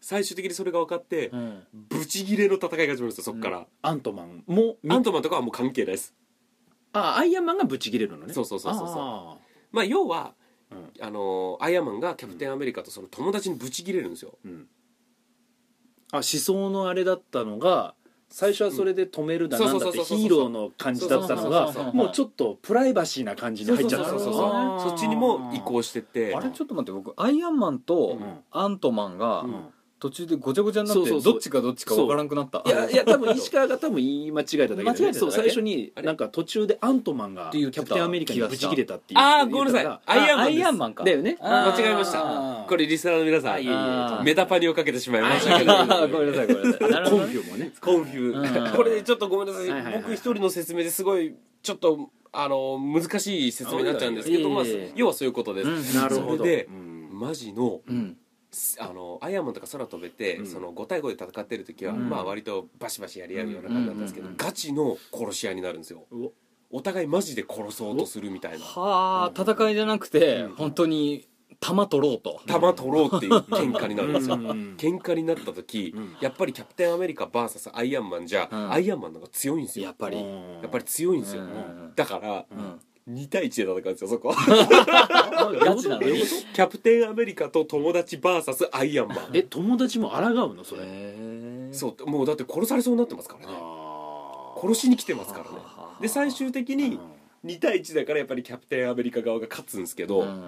S1: 最終的にそれが分かって、
S3: うん
S1: ブチギレの戦いが始まるんですよそっから、
S2: アントマンもみ
S1: アントマンとかはもう関係ないです
S2: あアイアンマンがブチ切れるのね
S1: そうそうそうそうそう
S2: あ
S1: まあ要は、
S2: うん
S1: あのーアイアンマンがキャプテンアメリカとその友達にブチギレるんですよ、
S2: ーうんあ思想のあれだったのが最初はそれで止めるだ
S1: うん
S2: なんだっ
S1: そ
S2: て
S1: うそうそうそう
S2: ヒーローの感じだったのが
S1: そうそうそうそう
S2: もうちょっとプライバシーな感じに入っちゃった
S1: そうそうそう
S3: なるほ
S1: そ
S3: ど
S1: う
S3: ね
S1: そっちにも移行してて
S3: あれちょっと待って僕アイアンマンと
S2: うん
S3: アントマンが
S2: うん
S3: 途中でごちゃごちゃになっ
S2: そうそ
S3: て
S2: うそう
S3: どっちかどっちか分からんくなった
S2: いやいや多分石川が多分言い間違えただけ
S3: 間違え
S2: で、
S3: てただけ
S2: そう最初に
S1: あれ
S2: なんか途中でアントマンが
S3: って
S2: キ
S3: 言ってた
S2: ャプテンアメリカにブチ切れたっていう
S1: ああごめんなさいアイアンマ
S3: あ
S1: ンです
S3: アイアンマンか
S2: だよね
S3: あー
S1: 間違えまし
S2: あ
S1: た
S2: ー
S1: これリスナーの皆さ
S2: あいえいえ
S1: んメタパニをかけてしまいましたけど
S3: あ [laughs] ーごめんなさいごめんなさいなるほ
S2: コ
S3: ど
S2: ン
S3: ね
S2: フィもね
S1: コンフュー
S3: うん
S1: これちょっとごめんなさい,、
S2: はいはいはい
S1: 僕一人の説明ですごいちょっとあの難しい説明になっちゃうんですけど、
S3: あ
S1: まあ
S3: いえいえ、
S1: 要はそういうことです、
S3: うん
S2: なるほど
S1: それで
S2: うん
S1: マジの
S3: うん
S1: あのアイアンマンとか空飛べて、
S2: うん
S1: その5対5で戦ってる時は、
S3: うん
S1: まあ割とバシバシやり合うような感じだったんですけど、
S3: うんうんうん
S1: ガチの殺し合いになるんですよ
S2: うお
S1: お互いマジで殺そうとするみたいな
S3: はあ戦いじゃなくて
S1: うん
S3: 本当に弾取ろうと
S1: 弾取ろうっていう喧嘩になるんですよ [laughs]
S2: うん
S1: 喧嘩になった時、
S2: うん
S1: やっぱりキャプテンアメリカ VS アイアンマンじゃ、
S3: うん
S1: アイアンマンの方が強いんですよ
S3: やっぱり
S2: う
S3: うん
S2: ん
S1: やっぱり強いんですよ、
S3: うんうん
S1: だから、
S3: うん
S1: 2対1で戦うんですよそこ
S3: [laughs] ガチなの
S2: どうい
S3: に
S2: うこ
S1: キャプテンアメリカと友達 VS アイアンマン
S2: え友達も抗うのそれ
S3: へえ
S1: そうもうだって殺されそうになってますからね
S2: あー
S1: 殺しに来てますからねで最終的
S2: う
S1: に
S2: ん
S1: 2対1だからやっぱりキャプテンアメリカ側が勝つんですけど、
S3: うん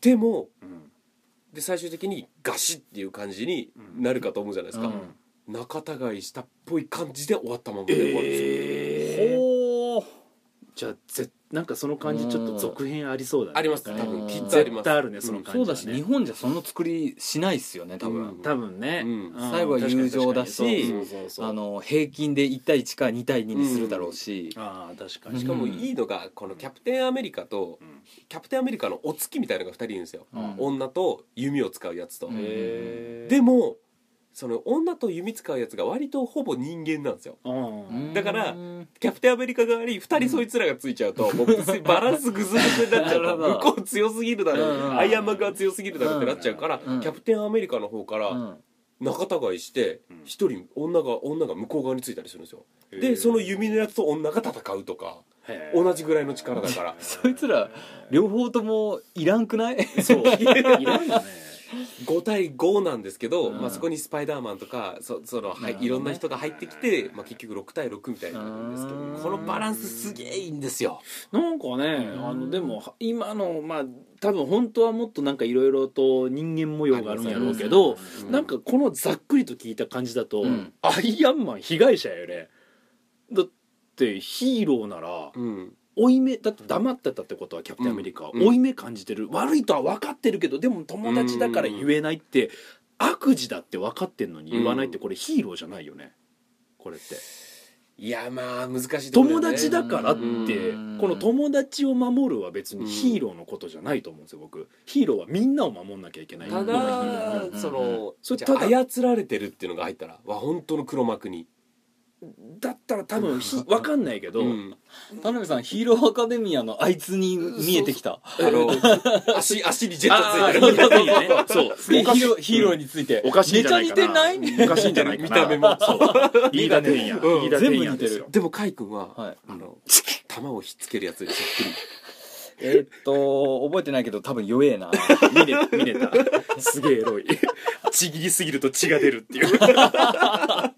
S1: でも
S2: うん
S1: で最終的にガシッっていう感じになるかと思うじゃないですか、
S3: うん
S1: 仲違いしたっぽい感じで終わったままで終わるんですよ、
S2: えー
S3: ほー
S2: じゃあぜなんかその感じちょっと続編ありそうだね
S1: あります
S2: なん
S1: 多
S2: かね
S1: 分きっとありま
S2: 絶
S1: す
S2: 対あるねその感
S3: そう
S2: じ
S3: だ
S2: は
S3: し
S2: ね
S3: 日本じゃその作りしないっすよね多分
S1: うん
S2: 多分ね
S1: うん
S3: 最後は友情だしあ
S2: あの
S3: の平均で1対1か2対2にするだろうし
S2: あー確かに
S1: しかもいいのがこのキャプテンアメリカと
S2: うん
S1: キャプテンアメリカのお月みたいのが2人いるんですよ、
S3: うん
S1: 女と弓を使うやつと、
S3: うん
S2: へー
S1: でもその女と弓使うやつが割とほぼ人間なんですよ
S2: うん
S1: だから
S3: うん
S1: キャプテンアメリカ側に2人そいつらがついちゃうと、
S3: [laughs]
S1: もうバランスぐずぐずになっちゃう
S3: なる
S1: と
S3: ほど
S1: 向こう強すぎるだろう、
S3: うん
S1: アイアンマン側強すぎるだろうってなっちゃうから、
S3: うん
S1: キャプテンアメリカの方か
S3: う
S1: ら
S3: ん
S1: 仲違いして
S2: うん
S1: 一人女が女が向こう側についたりするんですよ
S2: へー
S1: でその弓のやつと女が戦うとか
S2: へー
S1: 同じぐらいの力だから
S3: そいつら両方ともいらんくない
S2: そう [laughs] いらんよね
S1: 5対5なんですけど、
S3: うん
S1: まあ、そこにスパイダーマンとかそその、は
S3: ないるほどね
S1: いろんな人が入ってきて、まあ、結局6対6みたいになるんですけど
S3: うん
S1: このバランスすげえいいんですよ。
S2: なんかね
S3: うん
S2: あのでもは今のまあ多分本当はもっとなんかいろいろと人間模様があるんやろうけど
S1: うん
S2: なんかこのざっくりと聞いた感じだと、
S3: うん
S2: アイアンマン被害者よねだってヒーローなら
S1: うん
S2: 負い目だって黙ってたってことはキャプテンアメリカ、
S1: うん
S2: 負い目感じてる悪いとは分かってるけどでも友達だから言えないって、悪事だって分かってんのに言わないってこれヒーローじゃないよねこれって
S1: いやまあ難しいところ
S2: 友
S1: よね
S2: 達だからって
S3: うん
S2: この友達を守るは別にヒーローのことじゃないと思うんですよ僕ヒーローはみんなを守んなきゃいけない
S1: た
S3: うんうん
S1: だその
S2: それ
S1: じゃあ
S2: ただ
S1: 操られてるっていうのが入ったらわ本当の黒幕に、
S2: だったら多分
S1: [laughs]
S2: ひ分かんないけど、
S1: うん
S3: 田辺さんヒーローアカデミアのあいつに見えてきた
S1: あの足 [laughs] 足にジェットついてる
S2: そうそうそうそう
S3: ヒーローヒーローについて
S2: おかしいんじゃな
S3: め
S2: い
S3: ちゃ似
S2: か
S3: てない
S2: なおかしいんじゃないかな
S1: 見た目も
S2: そう飯田天也
S1: うん
S2: 飯田天也ですよ
S1: でもカイ君は、
S3: はい
S1: あの弾をひっつけるやつにそっくり
S3: えーっと覚えてないけど多分弱えな
S2: 見れ見れたすげえエロいちぎりすぎると血が出るっていう [laughs] あ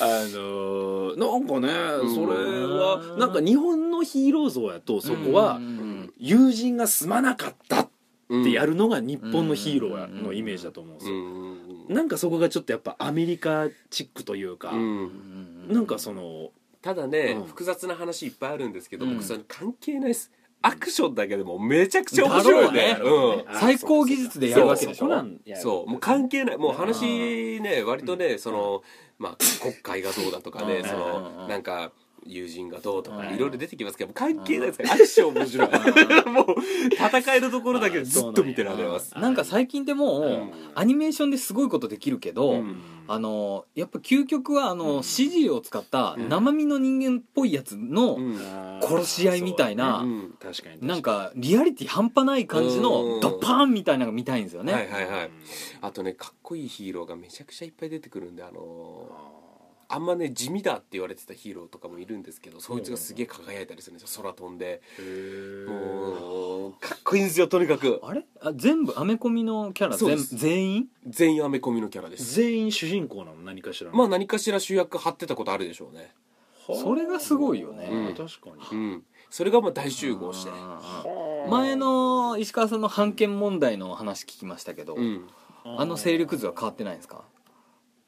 S2: のーなんかね
S1: ん
S2: それはなんか日本のヒーロー像やとそこは
S3: うん
S2: 友人がすまなかったっ
S1: うん
S2: てやるのが日本のヒーローやのイメージだと思うんです
S1: う
S2: よ
S1: ん
S2: なんかそこがちょっとやっぱアメリカチックというか、
S1: うん
S2: なんかその
S1: ただね、
S2: うん
S1: 複雑な話いっぱいあるんですけど、
S3: うん
S1: 僕それ関係ないですアクションだけでもめちゃくちゃ面白いよね
S3: だ
S1: う
S3: ろうね
S1: ん
S2: あー
S3: 最高技術でやるわけでしょ
S2: そうそうなんや
S1: そうもう関係ないもう話ね割とねそのまあ国会がどうだとか
S3: う
S1: ね
S3: ん
S1: そ
S3: うん
S1: のなんか友人がどうとか
S3: うん
S1: いろいろ出てきますけど関係ないですからアクション面白い [laughs] もう戦いのところだけずっと見てられます
S2: あ
S3: なんか最近でもう、
S1: うん
S3: アニメーションですごいことできるけど、
S1: うん
S3: あのやっぱ究極はあの、
S2: うん
S3: CG を使った
S1: うん
S3: 生身の人間っぽいやつの、
S1: うん
S3: 殺し合いみたいな
S1: う
S2: うん
S1: ん
S2: 確かに確かに
S3: なんかリアリティ半端ない感じ
S1: う
S3: の
S1: ん
S3: ドッパーンみたいなのが見たいんですよね、
S1: はいはいはい
S2: うん
S1: あとねかっこいいヒーローがめちゃくちゃいっぱい出てくるんであのー
S2: あ
S1: あんまね地味だって言われてたヒーローとかもいるんですけどそいつがすげえ輝いたりするんですよ空飛んで
S2: ー
S1: もうかっこいいんですよとにかく
S3: あれあ全部アメコミのキャラ
S1: そうで
S3: 全
S1: す
S3: 全員
S1: 全員アメコミのキャラです
S2: 全員主人公なの何かしらの
S1: まあ何かしら主役張ってたことあるでしょうね
S2: はあ
S3: それがすごいよね
S2: うん確かに
S1: うんそれがまあ大集合して
S3: あ
S2: は
S3: ー
S2: あ
S3: 前の石川さんの判権問題の話聞きましたけど、
S1: うん
S3: あの勢力図は変わってないんですか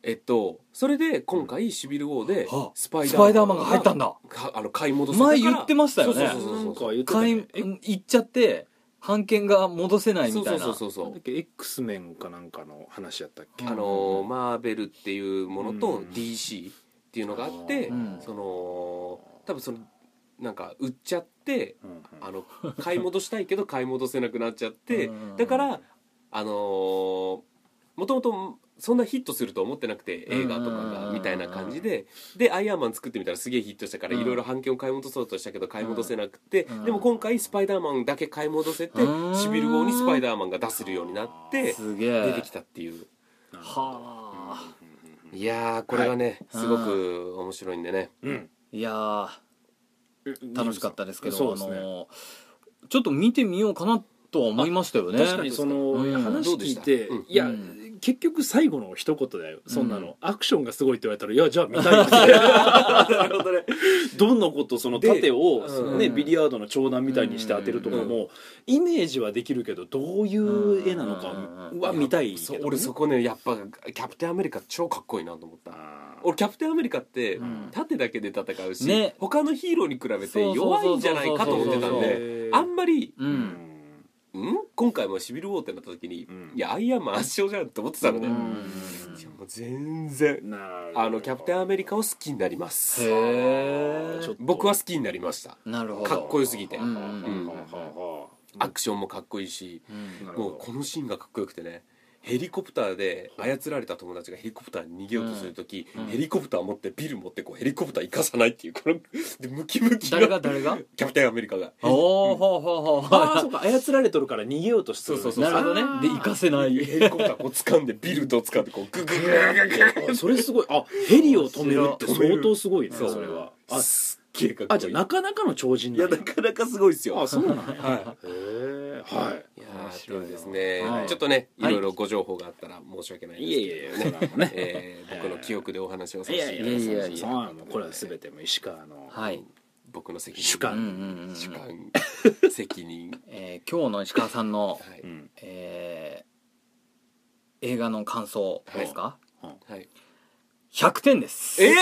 S1: えっとそれで今回シビルウォーで
S3: はあ
S1: スパイ
S3: ス
S1: ダ
S3: パイ
S1: ー
S3: ダー
S1: マ
S3: マン
S1: ンが
S3: が入ったんだ
S1: かあの買い戻せ
S3: 前言ってました
S1: そ
S3: よ
S1: う
S3: ね
S1: そうそうそう
S2: なんか言ってた
S3: 買い
S2: ね
S3: 行っちゃって判権が戻せない
S1: そ
S3: み
S1: う
S3: たい
S1: そ
S3: う
S1: そう
S3: な
S1: そうそう
S2: なんだっけ X メンかなんかの話やったっけ
S1: あのーマーベルっていうものと
S2: うん
S1: DC っていうのがあって、
S3: うん
S1: その多分そのなんか売っちゃって
S2: うんうん
S1: あの買い戻したい
S3: [laughs]
S1: けど買い戻せなくなっちゃって
S3: うん
S1: だからあのーもともとそんなヒットすると思ってなくて映画とかが
S3: うん
S1: みたいな感じででアイアンマン作ってみたらすげえヒットしたから
S3: うん
S1: いろいろ版権を買い戻そうとしたけど買い戻せなくて
S3: うん
S1: でも今回スパイダーマンだけ買い戻せて
S3: うん
S1: シビル号にスパイダーマンが出せるようになって
S3: すげえ
S1: 出てきたっていう。
S2: なるほど
S3: はあ
S1: いやーこれがね、
S3: はい
S1: すごく面白いんでね、
S2: うん
S3: いやー楽しかったですけど
S2: そうです
S3: あ
S2: ね
S3: のーちょっと見てみようかなとは思いましたよね
S2: 確かにその
S3: うん
S2: 話聞い
S1: ど
S2: て
S1: うでしたうん
S2: いや
S3: うん
S2: 結局最後の一言だよそんな
S3: う
S2: のアクションがすごいって言われたらいやじゃあ見たいですねどんなことその
S1: で
S2: 盾を
S1: うん
S2: そのねビリヤードの長男みたいにして当てるとかもイメージはできるけどどういう絵なのか
S3: うん
S2: は見たいけ
S1: そ
S2: ど
S1: う
S2: ね
S1: 俺そこねやっぱキャプテンアメリカ超かっこいいなと思った
S2: あー
S1: 俺キャプテンアメリカって
S3: うん
S1: 盾だけで戦うし、
S3: ね
S1: 他のヒーローに比べて弱いんじゃないかと思ってたん
S3: そうそうそう
S1: であんまり
S3: う
S2: うんん
S1: 「ん今回もシビルウォーってなった時に、
S2: うん
S1: いやアイアンマン圧勝じゃん」って思ってたのね、
S3: うん
S1: いやもう全然
S2: なるほど
S1: あのキャプテンアメリカを好きになりま
S3: へ
S1: す
S3: え
S2: ちょっと
S1: 僕は好きになりました
S3: なるほど
S1: かっこよすぎて、
S3: うん
S1: うんアクションもかっこいいし、
S3: うん
S1: もうこのシーンがかっこよくてねヘリコプターで操られた友達がヘリコプターに逃げようとする時、
S3: うんうん
S1: ヘリコプター持ってビル持ってこうヘリコプター行かさないっていうこのでムキムキ
S3: 誰
S1: の
S3: が誰が
S1: キャプテンアメリカが
S3: おおほうほうほう
S2: ああそうか操られとるから逃げようとして
S1: そうそうそう
S3: なるほどねで行かせない
S1: ヘリコプターこう掴んでビルと掴んでこうグググググ
S2: あそれすごいあヘリを止めるって
S1: 止める
S2: 相当すごいね
S1: そう
S2: それは
S1: グ
S2: あ
S1: すっげえかっこいい
S2: あじゃあなかなかの超人
S1: いや
S2: なん
S1: なかなかすごいですよ
S2: あ [laughs] そうなんや
S1: は
S2: へえはい
S1: いいや
S3: 面
S1: ー
S3: 白いな
S1: というですね、
S3: はい
S1: ちょっとねい
S3: はい
S1: ろいろご情報があったら申し訳ないですけど、
S2: そうなのね
S1: えー僕の記憶でお話をさせていた
S3: い
S1: だ
S3: や
S1: き
S3: い
S1: ま
S3: や
S1: し
S3: い
S2: そ
S3: や
S2: うなのこれは全てもう石川の
S3: はい
S1: 僕の責任
S2: 主
S3: う
S2: 観、
S3: んうんうん
S1: 主観責任
S3: えー今日の石川さんの
S1: はいう
S2: ん
S3: えー映画の感想ですか
S1: はい、
S3: 100点です
S1: え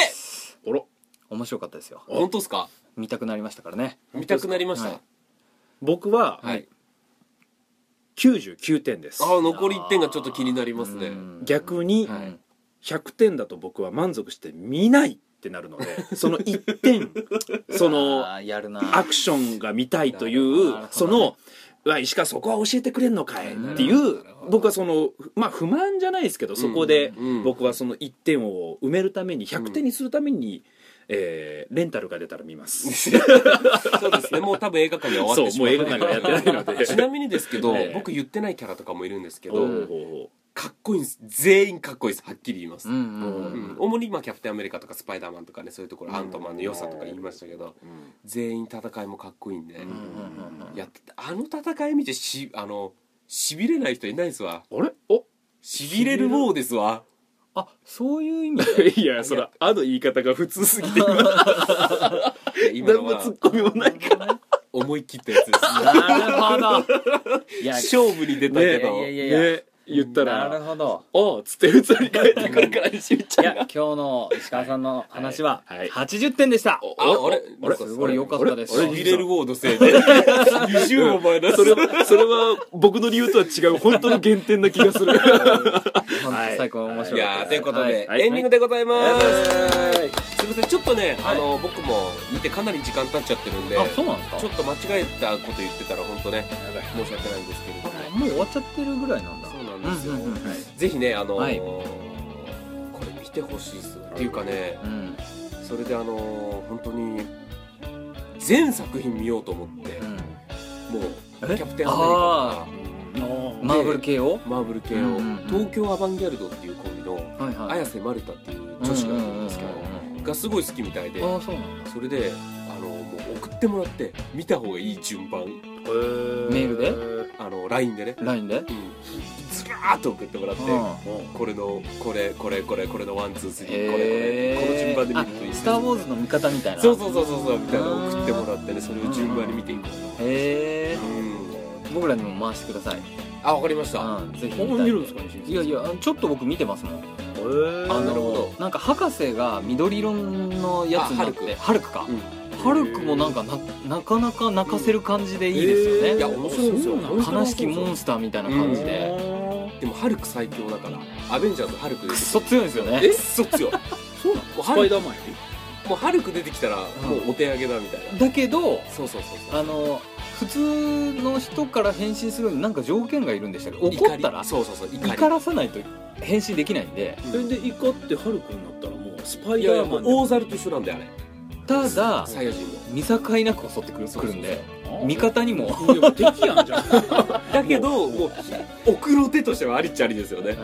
S2: あら
S3: 面白かったですよ
S1: 本当ですか
S3: 見たくなりましたからね
S1: 見たくなりました
S3: はい
S2: 僕は
S1: はい、
S2: 99点です
S1: あー残り1点がちょっと気になりますね
S3: うん
S2: 逆に
S1: はい
S2: 100点だと僕は満足して見ないってなるのでその1点その
S3: あーやるな
S2: アクションが見たいとい
S3: なるほど
S2: う
S3: ね
S2: そのうわ石川そこは教えてくれんのかいってい
S1: な
S2: う
S1: るほど
S2: 僕はそのまあ不満じゃないですけどそこで
S1: うん
S2: 僕はその1点を埋めるために100点にするためにえーレンタルが出たら見ます
S1: そうですねもう多分映画館には終
S2: そ
S1: わっ
S2: う
S1: てし
S2: も
S1: まう
S2: う映画館ではやってないので
S1: [laughs] ちなみにですけど、
S2: ええ
S1: 僕言ってないキャラとかもいるんですけ
S2: おうお
S1: ど
S2: うおう
S1: かっこいいんです全員かっこいいですはっきり言います、
S3: うんうんう
S1: うんん主にまあキャプテンアメリカとかスパイダーマンとかねそういうところアントマンの良さとか言いましたけど全員戦いもかっこいいんで、
S3: うんうんうん
S1: やっててあの戦い見てしあのしびれない人いないですわ
S2: あれお
S1: しびれる方ですわ
S3: あそういう意味
S2: いやそれ「あ」の言い方が普通すぎて今
S1: いや今
S2: 何
S1: の
S2: もツ
S1: は
S2: ッコミもないか
S1: 思い切ったやつです
S3: なるほどいや [laughs]
S1: 勝負に出たけ
S3: ね
S1: ど
S3: いやいや
S2: らねい言った
S3: なる
S2: ら「
S3: ほど
S2: おう」っつって普通に帰ってくるから西光ち
S3: い
S2: ゃ
S3: や今
S2: んが
S3: 日の石川さんの話は
S2: はいはい
S3: 80点でした、
S1: ああれ
S2: あれ
S3: すごい良かったです
S2: あれ
S1: ビ
S2: 俺
S1: レル・ウォード生で20をマイナス
S2: それはそれは僕の理由とは違う本当の原点な気がする
S3: 本当最高面白かったです
S1: いやーということで、
S2: はい
S1: エンディングでございます、
S2: はい
S1: すいませんちょっとね、あの僕も見てかなり時間経っちゃってるんで
S3: あそうなんですか
S1: ちょっと間違えたこと言ってたら本当ね申し訳ないんですけれども、
S3: もう終わっちゃってるぐらいなんだ
S1: そうなんですよ、
S3: うんうんうん
S1: ぜひねあのー
S3: はい
S1: これ見てほしいっすっていうかね
S3: うん
S1: それであのー本当に全作品見ようと思ってもう
S3: え
S1: キャプテンアメリカとか
S3: うんマーブル系を
S1: マーブル系を、
S3: うんうんうん
S1: 東京アバンギャルドっていうコンビの
S3: はいは
S1: 綾瀬まるたっていう女子がいるんですけど、がすごい好きみたいで
S3: ああそうなんだ
S1: それであのもう送ってもらって見た方がいい順番
S3: メールで
S1: あの LINE でね、
S3: LINE で
S1: うん、ずらーっと送ってもらって
S3: う
S1: これのこれこれこれこれのワンツースリーこれこ
S3: へ
S1: れ
S3: ー
S1: この順番で見るとい
S3: あ
S1: いで
S3: ス
S1: す
S3: ター・ウォーズの味方みたいな
S1: そうそうそうそうそうみたいなの送ってもらってねそれを順番に見ていこう
S3: へえ
S1: うん
S3: 僕らにも回してください
S1: あわかりました
S3: うんぜひ
S2: ここ
S3: たい
S2: 見るんですか西光
S3: いやいやちょっと僕見てますもん
S2: あ
S3: あの
S1: なるほど
S3: なんか博士が緑色のやつになって
S1: あ
S3: ハルクか
S1: うん
S3: ハルクもなんかななかなか泣かせる感じでいいですよね、
S2: へー
S1: いや面白いんですよ
S2: そうなの
S3: 悲しきモンスターみたいな感じで、
S1: でもハルク最強だからアベンジャーズハルク出
S3: くってそ強いんですよ
S1: え
S3: ね
S1: っそっ強いも
S2: [laughs] そうなの
S1: う
S2: ス
S1: ハ
S2: パイ
S1: ル
S2: ダーマン
S1: もうハルク出てきたらもうお手上げだみたいな
S3: だけど
S1: そうそうそうそう
S3: あの普通の人から変身するのになんか条件がいるんでしたっけ怒った
S1: 怒
S3: ら
S1: りそうそうそう怒り
S3: 怒らさないと変身できないんで
S2: それでイカってハルクになったらもうスパ
S1: い
S2: イ
S1: やい
S2: ダ
S1: や
S2: ー
S1: も
S2: マ
S1: う
S2: ン
S1: 大猿と一緒なんだよあれ
S3: ただ
S1: サイヤ人の
S3: 見境なく襲ってくる
S1: そうそうそう
S3: くるんで味方にも、
S2: いや敵やんじゃん
S1: だけどもう奥の手としてはありっちゃありですよね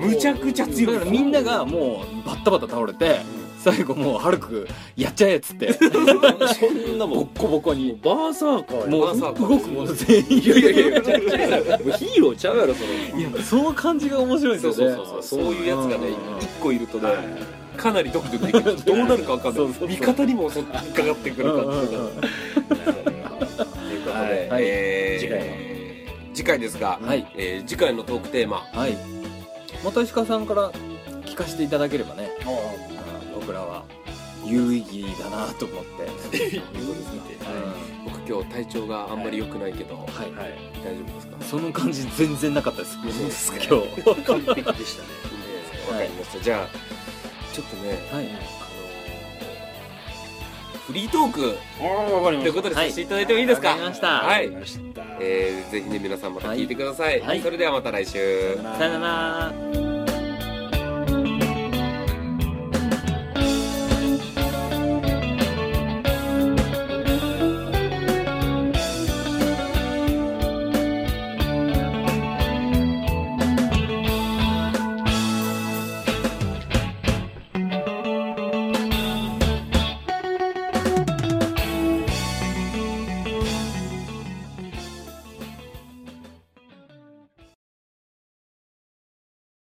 S3: うん、
S1: むちゃくちゃ強い
S3: だからみんな
S1: [laughs]
S3: がもうバッタバタ倒れて最後もうハルクやっちゃえっつ
S1: [laughs]
S3: って
S2: そんなもん
S3: ボッコボコに
S2: バーサーカーや
S3: も
S1: ま
S3: う
S1: さ
S3: 動
S1: か
S3: くもの全員
S2: いやいやいやちゃうちゃうやろもうヒーローちゃうやろそれ
S3: いやその感じが面白いん
S1: そ
S3: で
S1: う
S3: す
S1: そう
S3: よね
S1: そうそう
S2: そ
S1: そうう
S2: そう
S1: いうやつがね
S3: うん
S1: 一個いるとねかなりドキドキできるどうなるかわかんな
S3: そうそうそ
S1: いう味方にも襲ってかかってくる感じとかということで
S3: はい
S1: えー
S2: 次回の
S1: 次回ですが
S3: はい
S1: えー次回のトークテーマ
S3: はいまた石川さんから聞かせていただければね僕らは有意義だなと思って、うん
S1: 僕今日体調があんまり良くないけど
S3: はい
S2: はい
S1: 大丈夫ですか
S3: その感じ全然なかったです
S1: そうですか
S3: 今日
S2: 完璧でしたね
S1: わかりましたじゃあちょっとね
S3: はい
S1: フリートーク
S2: ああわかり
S1: ということでさせていただいてもいいですか、
S3: はいわかりました
S1: はい
S2: ました
S1: えーぜひね皆さんまた聞いてください、
S3: はい
S1: それではまた来週、
S2: さよなら
S3: さよなら